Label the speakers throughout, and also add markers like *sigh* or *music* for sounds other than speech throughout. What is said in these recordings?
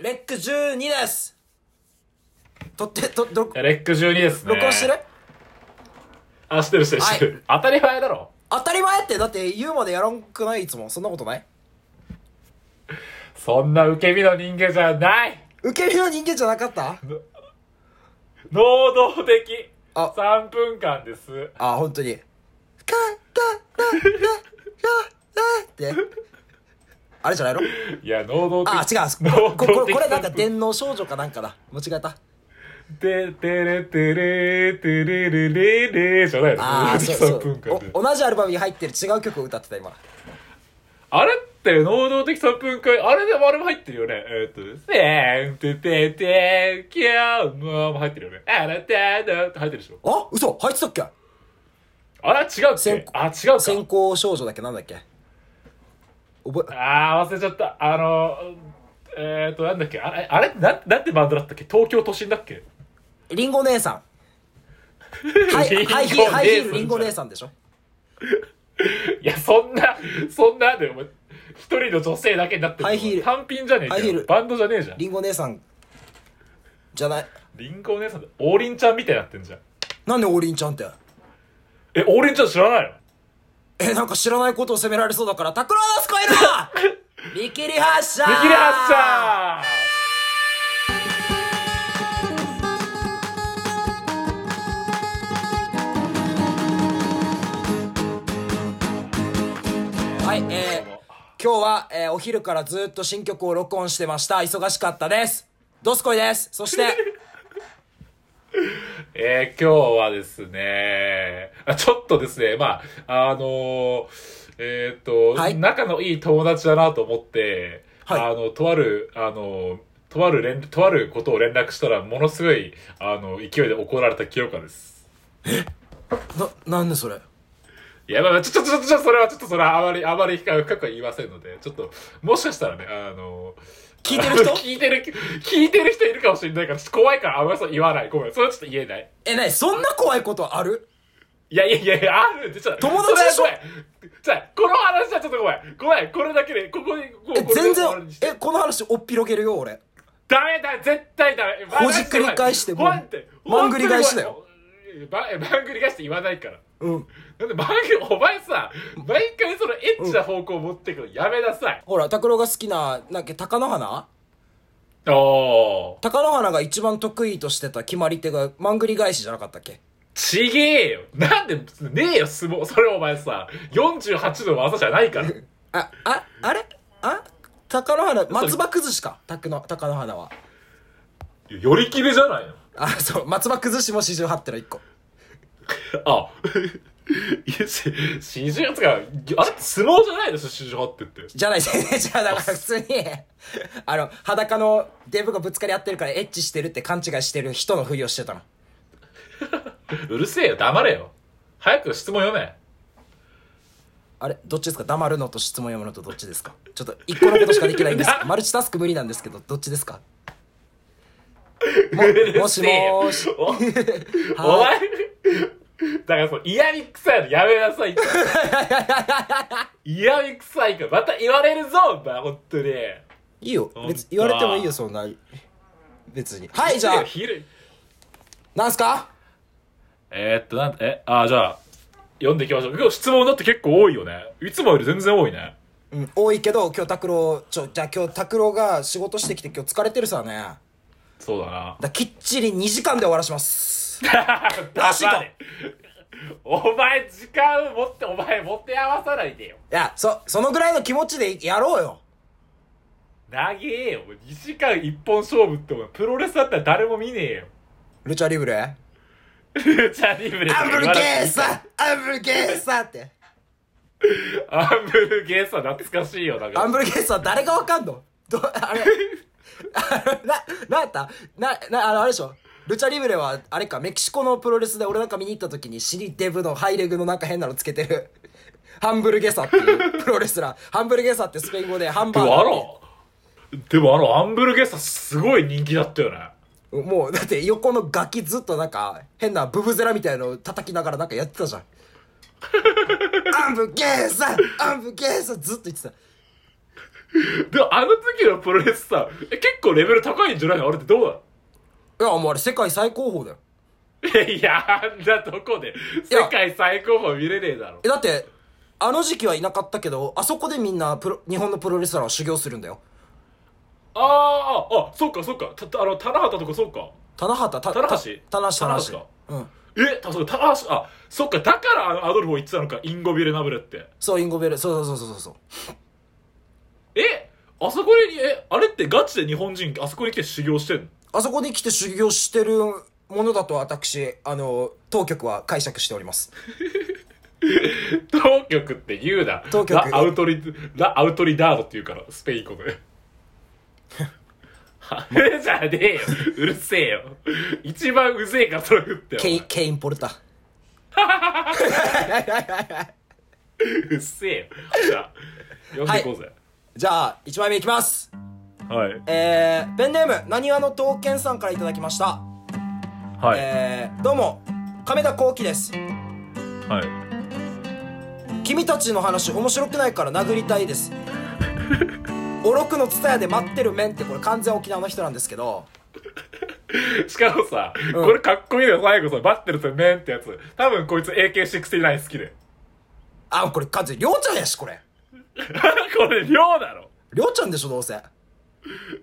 Speaker 1: レック12です撮って、と、ど、録
Speaker 2: レック12ですね。
Speaker 1: 音してる
Speaker 2: あ、してるしてるしてる。当たり前だろ。
Speaker 1: 当たり前って、だって言うまでやらんくないいつも。そんなことない
Speaker 2: そんな受け身の人間じゃない
Speaker 1: 受け身の人間じゃなかった
Speaker 2: 能動的
Speaker 1: あ
Speaker 2: !3 分間です。
Speaker 1: あ、本当に。カンカンララララって。あれじゃないの
Speaker 2: *laughs* いや、能動的。
Speaker 1: あ、違う。
Speaker 2: 能
Speaker 1: こここ
Speaker 2: 動
Speaker 1: れ
Speaker 2: 的
Speaker 1: これなんか
Speaker 2: 3分
Speaker 1: 電脳少女かなんかだ。間違えた。
Speaker 2: て、てれてれ、てれれれれじゃないの。
Speaker 1: あ
Speaker 2: 能動
Speaker 1: あ、そうそ
Speaker 2: 的3分間
Speaker 1: う
Speaker 2: で。。
Speaker 1: お同じアルバムに入ってる違う曲を歌ってた、今。
Speaker 2: あれって能動的3分間、あれでもあれも入ってるよね。えーっと、せーんててて、きゃーも入ってるよね。あらただって入ってるでしょ。
Speaker 1: あ嘘入ってたっけ
Speaker 2: あら、違うっ
Speaker 1: 先
Speaker 2: けあ、違うか。
Speaker 1: 先行少女だっけなんだっけ覚え、
Speaker 2: あー、忘れちゃった。あの、えーっと、なんだっけあれ、あれなん、なんてバンドだったっけ東京都心だっけ *laughs*
Speaker 1: リンゴ姉さん。はい、
Speaker 2: リンゴ姉さん
Speaker 1: ハイヒール、ハイヒール、リンゴ姉さんでしょ
Speaker 2: いや、そんな、そんなで、お前、一人の女性だけになってる
Speaker 1: ハイヒール
Speaker 2: 単品じゃねえ
Speaker 1: ハイヒ
Speaker 2: じ
Speaker 1: ー
Speaker 2: ゃ
Speaker 1: ル
Speaker 2: ん。バンドじゃねえじゃん。
Speaker 1: リンゴ姉さん、じゃない。
Speaker 2: リンゴお姉さん、王林ちゃんみたいになってんじゃん。
Speaker 1: なんで王林ちゃんって。
Speaker 2: え、王林ちゃん知らないの
Speaker 1: え、なんか知らないことを責められそうだから、タクロードスコイル
Speaker 2: *laughs*
Speaker 1: 見切り発車
Speaker 2: 見切り発車
Speaker 1: はい、えー、今日は、えーお昼からずっと新曲を録音してました。忙しかったです。ドスコイです。そして、
Speaker 2: *laughs* えー、今日はですね、あちょっとですね、まあ、あのーえーっと、
Speaker 1: はい
Speaker 2: 仲のいい友達だなと思って、
Speaker 1: はい
Speaker 2: あの、とある、あの、とある連、とあることを連絡したら、ものすごい、あの、勢いで怒られた清香です。
Speaker 1: な、なんでそれ
Speaker 2: いや、まあまあ、ちょ、ちょ、ちょ、ちょ、それは、ちょっとそれは、あまり、あまり深くは言いませんので、ちょっと、もしかしたらね、あの、
Speaker 1: 聞いてる人
Speaker 2: 聞いてる、聞いてる人いるかもしれないから、ちょっと怖いから、あんまりそう言わない。ごめん、それはちょっと言えない。
Speaker 1: え、なにそんな怖いことある
Speaker 2: いやいやいやいや、あるってちょっと
Speaker 1: 友達でしょ
Speaker 2: それはごめんじゃあ、この話はちょっとごめん。ごめん、これだけで、ここに、ここ
Speaker 1: え、
Speaker 2: これで
Speaker 1: 全
Speaker 2: 終わり
Speaker 1: 然
Speaker 2: にし、て
Speaker 1: え、この話おっぴろげるよ、俺。
Speaker 2: ダメだ、絶対ダメ。
Speaker 1: ほじくり返してもう
Speaker 2: ほんとほんと
Speaker 1: まんぐり返しだよ
Speaker 2: ばまんぐり返して言わないから。
Speaker 1: うん。
Speaker 2: なんで、まんぐり、お前さ、毎回そのエッチな方向を持ってくのやめなさい。
Speaker 1: ほら、拓郎が好きな、なんだっけ、貴乃花
Speaker 2: おー。
Speaker 1: 貴乃花が一番得意としてた決まり手が、まんぐり返しじゃなかったっけ
Speaker 2: ちげえよ。なんで、ねえよ、相撲。それお前さ、48度の技じゃないから。
Speaker 1: あ、あ、あれあ貴乃花、松葉崩しか。貴乃貴乃花は。
Speaker 2: よりきれじゃないの。
Speaker 1: あ、そう、松葉崩しも四十八手の一個。
Speaker 2: あ、 *laughs* いや、し四十八か、あれ相撲じゃないでしょ、四十八ってって。
Speaker 1: *laughs* じゃない、全然違う。だから普通に、あの、裸のデブがぶつかり合ってるからエッチしてるって勘違いしてる人のふりをしてたの。
Speaker 2: うるせえよ、黙れよ。早く質問読め。
Speaker 1: あれどっちですか黙るのと質問読むのとどっちですかちょっと一個のことしかできないんです
Speaker 2: な
Speaker 1: マルチタスク無理なんですけど、どっちですか
Speaker 2: うる
Speaker 1: もし
Speaker 2: せえよ
Speaker 1: もーし。
Speaker 2: おお前、だからその嫌み臭いのやめなさいって。嫌み臭いから、また言われるぞ、お前、ほんとに。
Speaker 1: いいよ
Speaker 2: ほん。と
Speaker 1: 別、言われてもいいよ、そんな。別に。はい、じゃあ、
Speaker 2: 昼。
Speaker 1: なんすか
Speaker 2: えー、っと、なんえ、あ、じゃあ、読んでいきましょう。今日質問だって結構多いよね。いつもより全然多いね。
Speaker 1: うん、多いけど、今日拓郎、ちょ、じゃあ今日拓郎が仕事してきて今日疲れてるさね。だか
Speaker 2: そうだな。
Speaker 1: らきっちり2時間で終わらします。
Speaker 2: *laughs* マジかお前時間持ってお前持て合わさないでよ
Speaker 1: いや、そ、そのぐらいの気持ちでやろうよ。
Speaker 2: 長えよ2時間一本勝負ってお前プロレスだったら誰も見ね
Speaker 1: *laughs*
Speaker 2: えよ
Speaker 1: ルチャリブレ。
Speaker 2: ルーチャリブレと
Speaker 1: ア
Speaker 2: か
Speaker 1: ン
Speaker 2: 言
Speaker 1: ブル
Speaker 2: わなく
Speaker 1: ゲ
Speaker 2: てい
Speaker 1: ー
Speaker 2: い
Speaker 1: サアンブルゲーサって。
Speaker 2: アンブルゲーサ懐かしいよだか
Speaker 1: ア
Speaker 2: ら
Speaker 1: ンブルゲーサ誰がわかんのど、あれ。 *laughs* あのな、なやったな、な、あの、あれでしょルチャリブレは、あれか、メキシコのプロレスで俺なんか見に行った時に、尻デブのハイレグのなんか変なのつけてる、 *laughs* ハンブルゲサっていうプロレスラー。ハンブルゲサってスペイン語でハン
Speaker 2: で
Speaker 1: バーガ
Speaker 2: もあ
Speaker 1: ーって
Speaker 2: のでもあのアンブルゲーサすごい人気だったよね
Speaker 1: もう、だって横のガキずっとなんか、変なブブゼラみたいのを叩きながらなんかやってたじゃん。アンブゲーサアンブゲーサずっと言ってた。
Speaker 2: でもあの時のプロレスさ、え結構レベル高いんじゃないのあれってどう
Speaker 1: いや、もうあれ世界最高峰だよ。
Speaker 2: なのいや、あんなとこ
Speaker 1: い
Speaker 2: で、
Speaker 1: や
Speaker 2: 世界最高峰見れねえだろ。
Speaker 1: え、だって、あの時期はいなかったけど、あそこでみんなプロ、日本のプロレスラーは修行するんだよ。
Speaker 2: あーあ、あ、そっかそっか。たたあの、棚畑とかそうか。
Speaker 1: 棚畑、た
Speaker 2: 棚橋
Speaker 1: た棚橋、
Speaker 2: 棚
Speaker 1: 棚
Speaker 2: 橋か
Speaker 1: 橋。うん。
Speaker 2: え、たそうか、棚橋、あ、そっか、だからあのアドルフォ言ってたのか、インゴビレナブレって。
Speaker 1: そう、インゴベル、そうそうそうそうそう。
Speaker 2: え、あそこに、え、あれってガチで日本人、あそこに来て修行してんの
Speaker 1: あそこに来て修行してるものだと私、あの、当局は解釈しております。
Speaker 2: 当局って言うな。
Speaker 1: 当局
Speaker 2: ラ・アウトリ、ラ・アウトリダードって言うから、スペイン語で。はれじゃね *laughs* えよ。うるせえよ。一番うぜえからそれ言ってよ。
Speaker 1: ケイ、ケインポルタ。
Speaker 2: うっせえよ。じゃあ、呼んでいこうぜ。
Speaker 1: じゃあ、1枚目いきます。
Speaker 2: はい。
Speaker 1: えー、ペンネーム、なにわの刀剣さんからいただきました。
Speaker 2: はい。
Speaker 1: えー、どうも、亀田光輝です。
Speaker 2: はい。
Speaker 1: 君たちの話面白くないから殴りたいです。おろくの蔦屋で待ってる面ってこれ完全沖縄の人なんですけど、
Speaker 2: しかもさ、これかっこいいのよ、最後さ、バッテルとメンってやつ。多分こいつ AK69 好きで。 *laughs*
Speaker 1: あ、これ完全、りょうちゃんやし、これ。
Speaker 2: これ、りょうだろ。
Speaker 1: りょうちゃんでしょ、どうせ。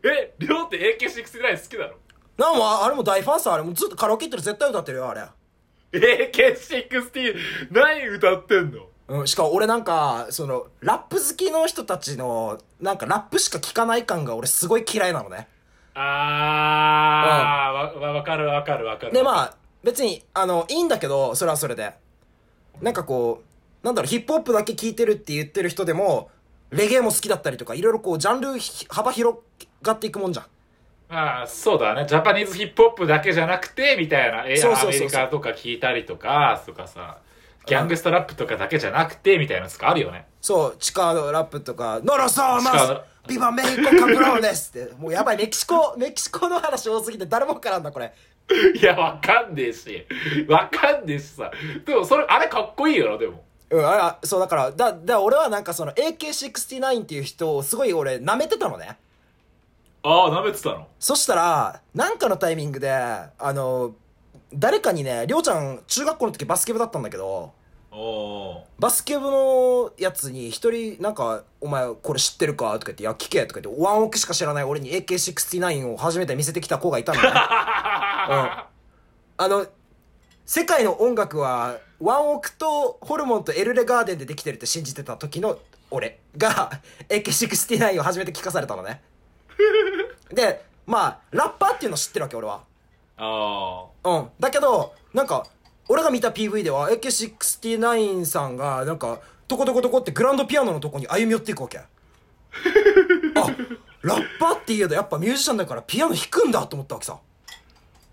Speaker 2: え、りょうって AK69 好きだろ。
Speaker 1: なんもああれも大ファンさ、あれもずっとカラオケ行ったら絶対歌ってるよ、あれ。
Speaker 2: AK69、何歌ってんの
Speaker 1: うん、しかも俺なんか、その、ラップ好きの人たちの、なんかラップしか聴かない感が俺すごい嫌いなのね。
Speaker 2: あー、わ、わわかるわかるわかる。
Speaker 1: で、まあ、別に、あの、いいんだけど、それはそれで。なんかこう、なんだろう、ヒップホップだけ聴いてるって言ってる人でも、レゲエも好きだったりとか、いろいろこう、ジャンルひ幅広がっていくもんじゃん。
Speaker 2: まあ、そうだね。ジャパニーズヒップホップだけじゃなくて、みたいな。え
Speaker 1: そうそうそうそう
Speaker 2: アメリカとか聞いたりとか、とかさ、ギャングストラップとかだけじゃなくて、みたいなのとかあるよね。
Speaker 1: そう、地下のラップとか、ノロソーマ
Speaker 2: 地
Speaker 1: ス
Speaker 2: 下の
Speaker 1: ビバメイコカプローですって、もうやばい、メキシコ、メキシコの話多すぎて誰もわからんだ、これ。
Speaker 2: いや、わかんねえし。わかんねえしさ。でも、それ、あれかっこいいよな、でも。
Speaker 1: うん、あら、そうだから、だ、だ、俺はなんかその AK69 っていう人をすごい俺舐めてたのね。
Speaker 2: ああ、舐めてたの。
Speaker 1: そしたら、なんかのタイミングで、あの、誰かにね、りょうちゃん中学校の時バスケ部だったんだけど、
Speaker 2: お
Speaker 1: バスケ部のやつに一人なんか、お前これ知ってるかとか言って、いや聞けとか言って、ワンオクしか知らない俺に AK69 を初めて見せてきた子がいたのね。あの、世界の音楽は、ワンオクとホルモンとエルレガーデンでできてるって信じてた時の俺が、AK69 を初めて聞かされたのね。で、まあ、ラッパーっていうの知ってるわけ、俺は。
Speaker 2: あ
Speaker 1: うん。だけど、なんか、俺が見た PV では、AK69 さんが、なんか、トコトコトコってグランドピアノのとこに歩み寄っていくわけ。あ、ラッパーって言えど、やっぱミュージシャンだからピアノ弾くんだと思ったわけさ。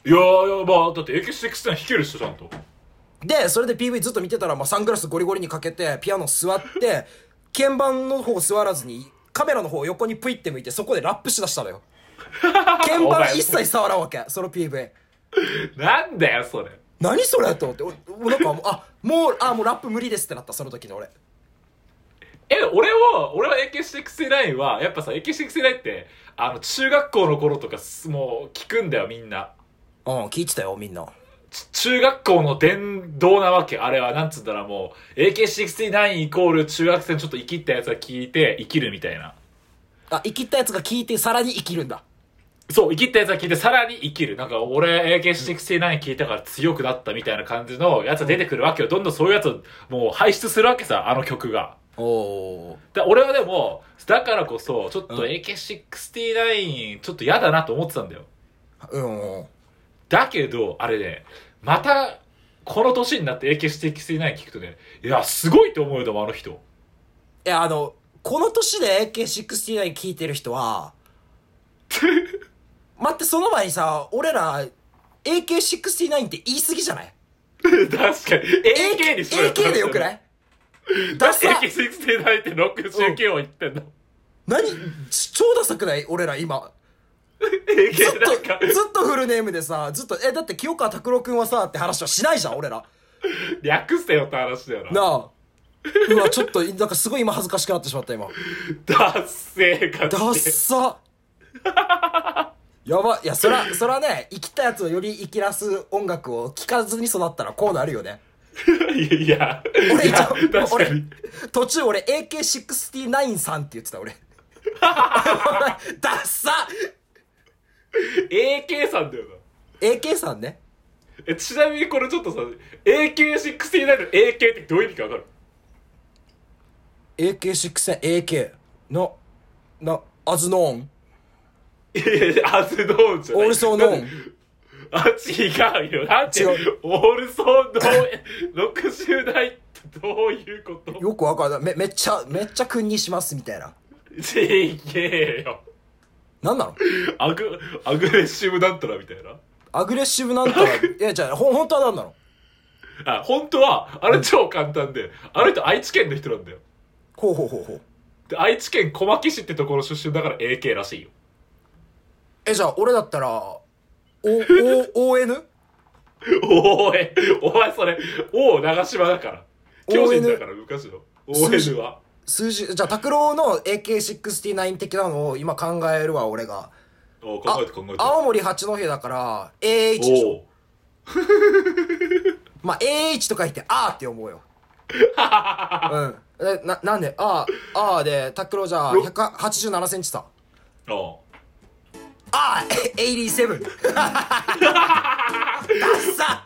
Speaker 2: いやー、いや、まあ、だって AK69 弾けるでしょ、ちゃんと。
Speaker 1: で、それで PV ずっと見てたら、まあ、サングラスゴリゴリにかけて、ピアノ座って、鍵盤の方座らずに、カメラの方を横にプイって向いて、そこでラップしだしたのよ。鍵
Speaker 2: お前
Speaker 1: 盤一切触らんわけ、その PV。
Speaker 2: *laughs* なんだよ、それ。
Speaker 1: 何それと思って、おおなんかもう、あ、もう、あ、もうラップ無理ですってなった、その時の俺。
Speaker 2: え、俺は、俺は AK69 は、やっぱさ、AK69 って、あの、中学校の頃とかす、もう、聞くんだよ、みんな。
Speaker 1: うん、聞いてたよ、みんな。
Speaker 2: ち中学校の伝道なわけ、あれは、なんつったらもう、AK69 イコール中学生のちょっと生きったやつが聞いて、生きるみたいな。
Speaker 1: あ、生きったやつが聞いて、さらに生きるんだ。
Speaker 2: そう、生きったやつが聞いて、さらに生きる。なんか、俺、AK69 聞いたから強くなったみたいな感じのやつが出てくるわけよ。どんどんそういうやつを、もう、排出するわけさ、あの曲が。
Speaker 1: おー。
Speaker 2: だ俺はでも、だからこそ、ちょっと AK69、ちょっと嫌だなと思ってたんだよ。
Speaker 1: うん。
Speaker 2: だけど、あれね、また、この年になって AK69 聞くとね、いや、すごいと思うよ、でもあの人。 *laughs*
Speaker 1: いや、あの、この年で AK69 聞いてる人
Speaker 2: *laughs*
Speaker 1: は、待って、その前にさ、俺ら、AK69 って言い過ぎじゃない
Speaker 2: 確かに。AK にしろ
Speaker 1: ?AK でよくないい
Speaker 2: *laughs* だ
Speaker 1: ダ
Speaker 2: って
Speaker 1: サ
Speaker 2: AK69 って69を言ってんの。
Speaker 1: 何ち超ダサくない俺ら今。ずっ
Speaker 2: AK *laughs* なんか
Speaker 1: と、、ずっとフルネームでさ、ずっと、え、だって清川拓郎くんはさ、って話はしないじゃん、俺ら。
Speaker 2: 略せよって話だよな。
Speaker 1: なあ。うわ、ちょっと、なんかすごい今恥ずかしくなってしまった、今。
Speaker 2: 達成感
Speaker 1: ダッサやばい。いや、そら、そらね、生きたやつをより生きらす音楽を聴かずに育ったらこうなるよね。
Speaker 2: いや、
Speaker 1: 俺
Speaker 2: いや
Speaker 1: 一応、
Speaker 2: 確か
Speaker 1: 俺
Speaker 2: に。、
Speaker 1: 途中俺 AK69 さんって言ってた、俺。 *laughs* ダッサ
Speaker 2: AK さんだよな。
Speaker 1: !AK さんね。
Speaker 2: え、ちなみにこれちょっとさ、AK69 の AK ってどういう意味かわかる
Speaker 1: AK69、AK の、な、as known.
Speaker 2: いやいや、アズノーンじゃない
Speaker 1: also known.
Speaker 2: あ、違うよ。だって、
Speaker 1: 違
Speaker 2: オールソンの60代ってどういうこと
Speaker 1: よくわからない。め、めっちゃ、めっちゃ君にします、みたいな。
Speaker 2: ちげえよ。
Speaker 1: なんなの
Speaker 2: アグ、アグレッシブなんたらみたいな。
Speaker 1: アグレッシブなんたら、いや、じゃあ、ほん、本当はなんなの
Speaker 2: あ、本当は、あれ超簡単で、あの人愛知県の人なんだよ。
Speaker 1: ほうほうほうほう。
Speaker 2: で、愛知県小牧市ってところ出身だから AK らしいよ。
Speaker 1: え、じゃあ、俺だったら、お、お、ON?
Speaker 2: おい、お前それ、王長島だから。巨人だから、昔の。
Speaker 1: 数字
Speaker 2: ON は。
Speaker 1: 数字、じゃあ、拓郎の AK69 的なのを今考えるわ、俺が。
Speaker 2: お
Speaker 1: あ
Speaker 2: 考えて考えて。
Speaker 1: 青森八戸だから、AH でしょ。
Speaker 2: おう
Speaker 1: まあ、AH と書いて、あーって思う
Speaker 2: *laughs*
Speaker 1: よ。うん。えな、なんで、あー、あーで、拓郎じゃあ、
Speaker 2: ろ
Speaker 1: 187センチさ。
Speaker 2: おう *laughs*
Speaker 1: あー、87。ダッサ